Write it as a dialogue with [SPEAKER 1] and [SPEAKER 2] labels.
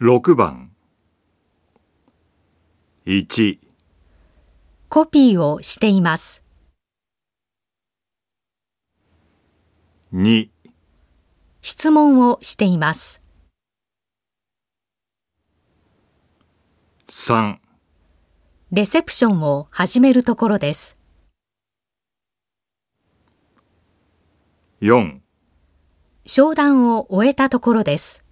[SPEAKER 1] 6番1
[SPEAKER 2] コピーをしています。
[SPEAKER 1] 2
[SPEAKER 2] 質問をしています。
[SPEAKER 1] 3
[SPEAKER 2] レセプションを始めるところです。
[SPEAKER 1] 4
[SPEAKER 2] 商談を終えたところです。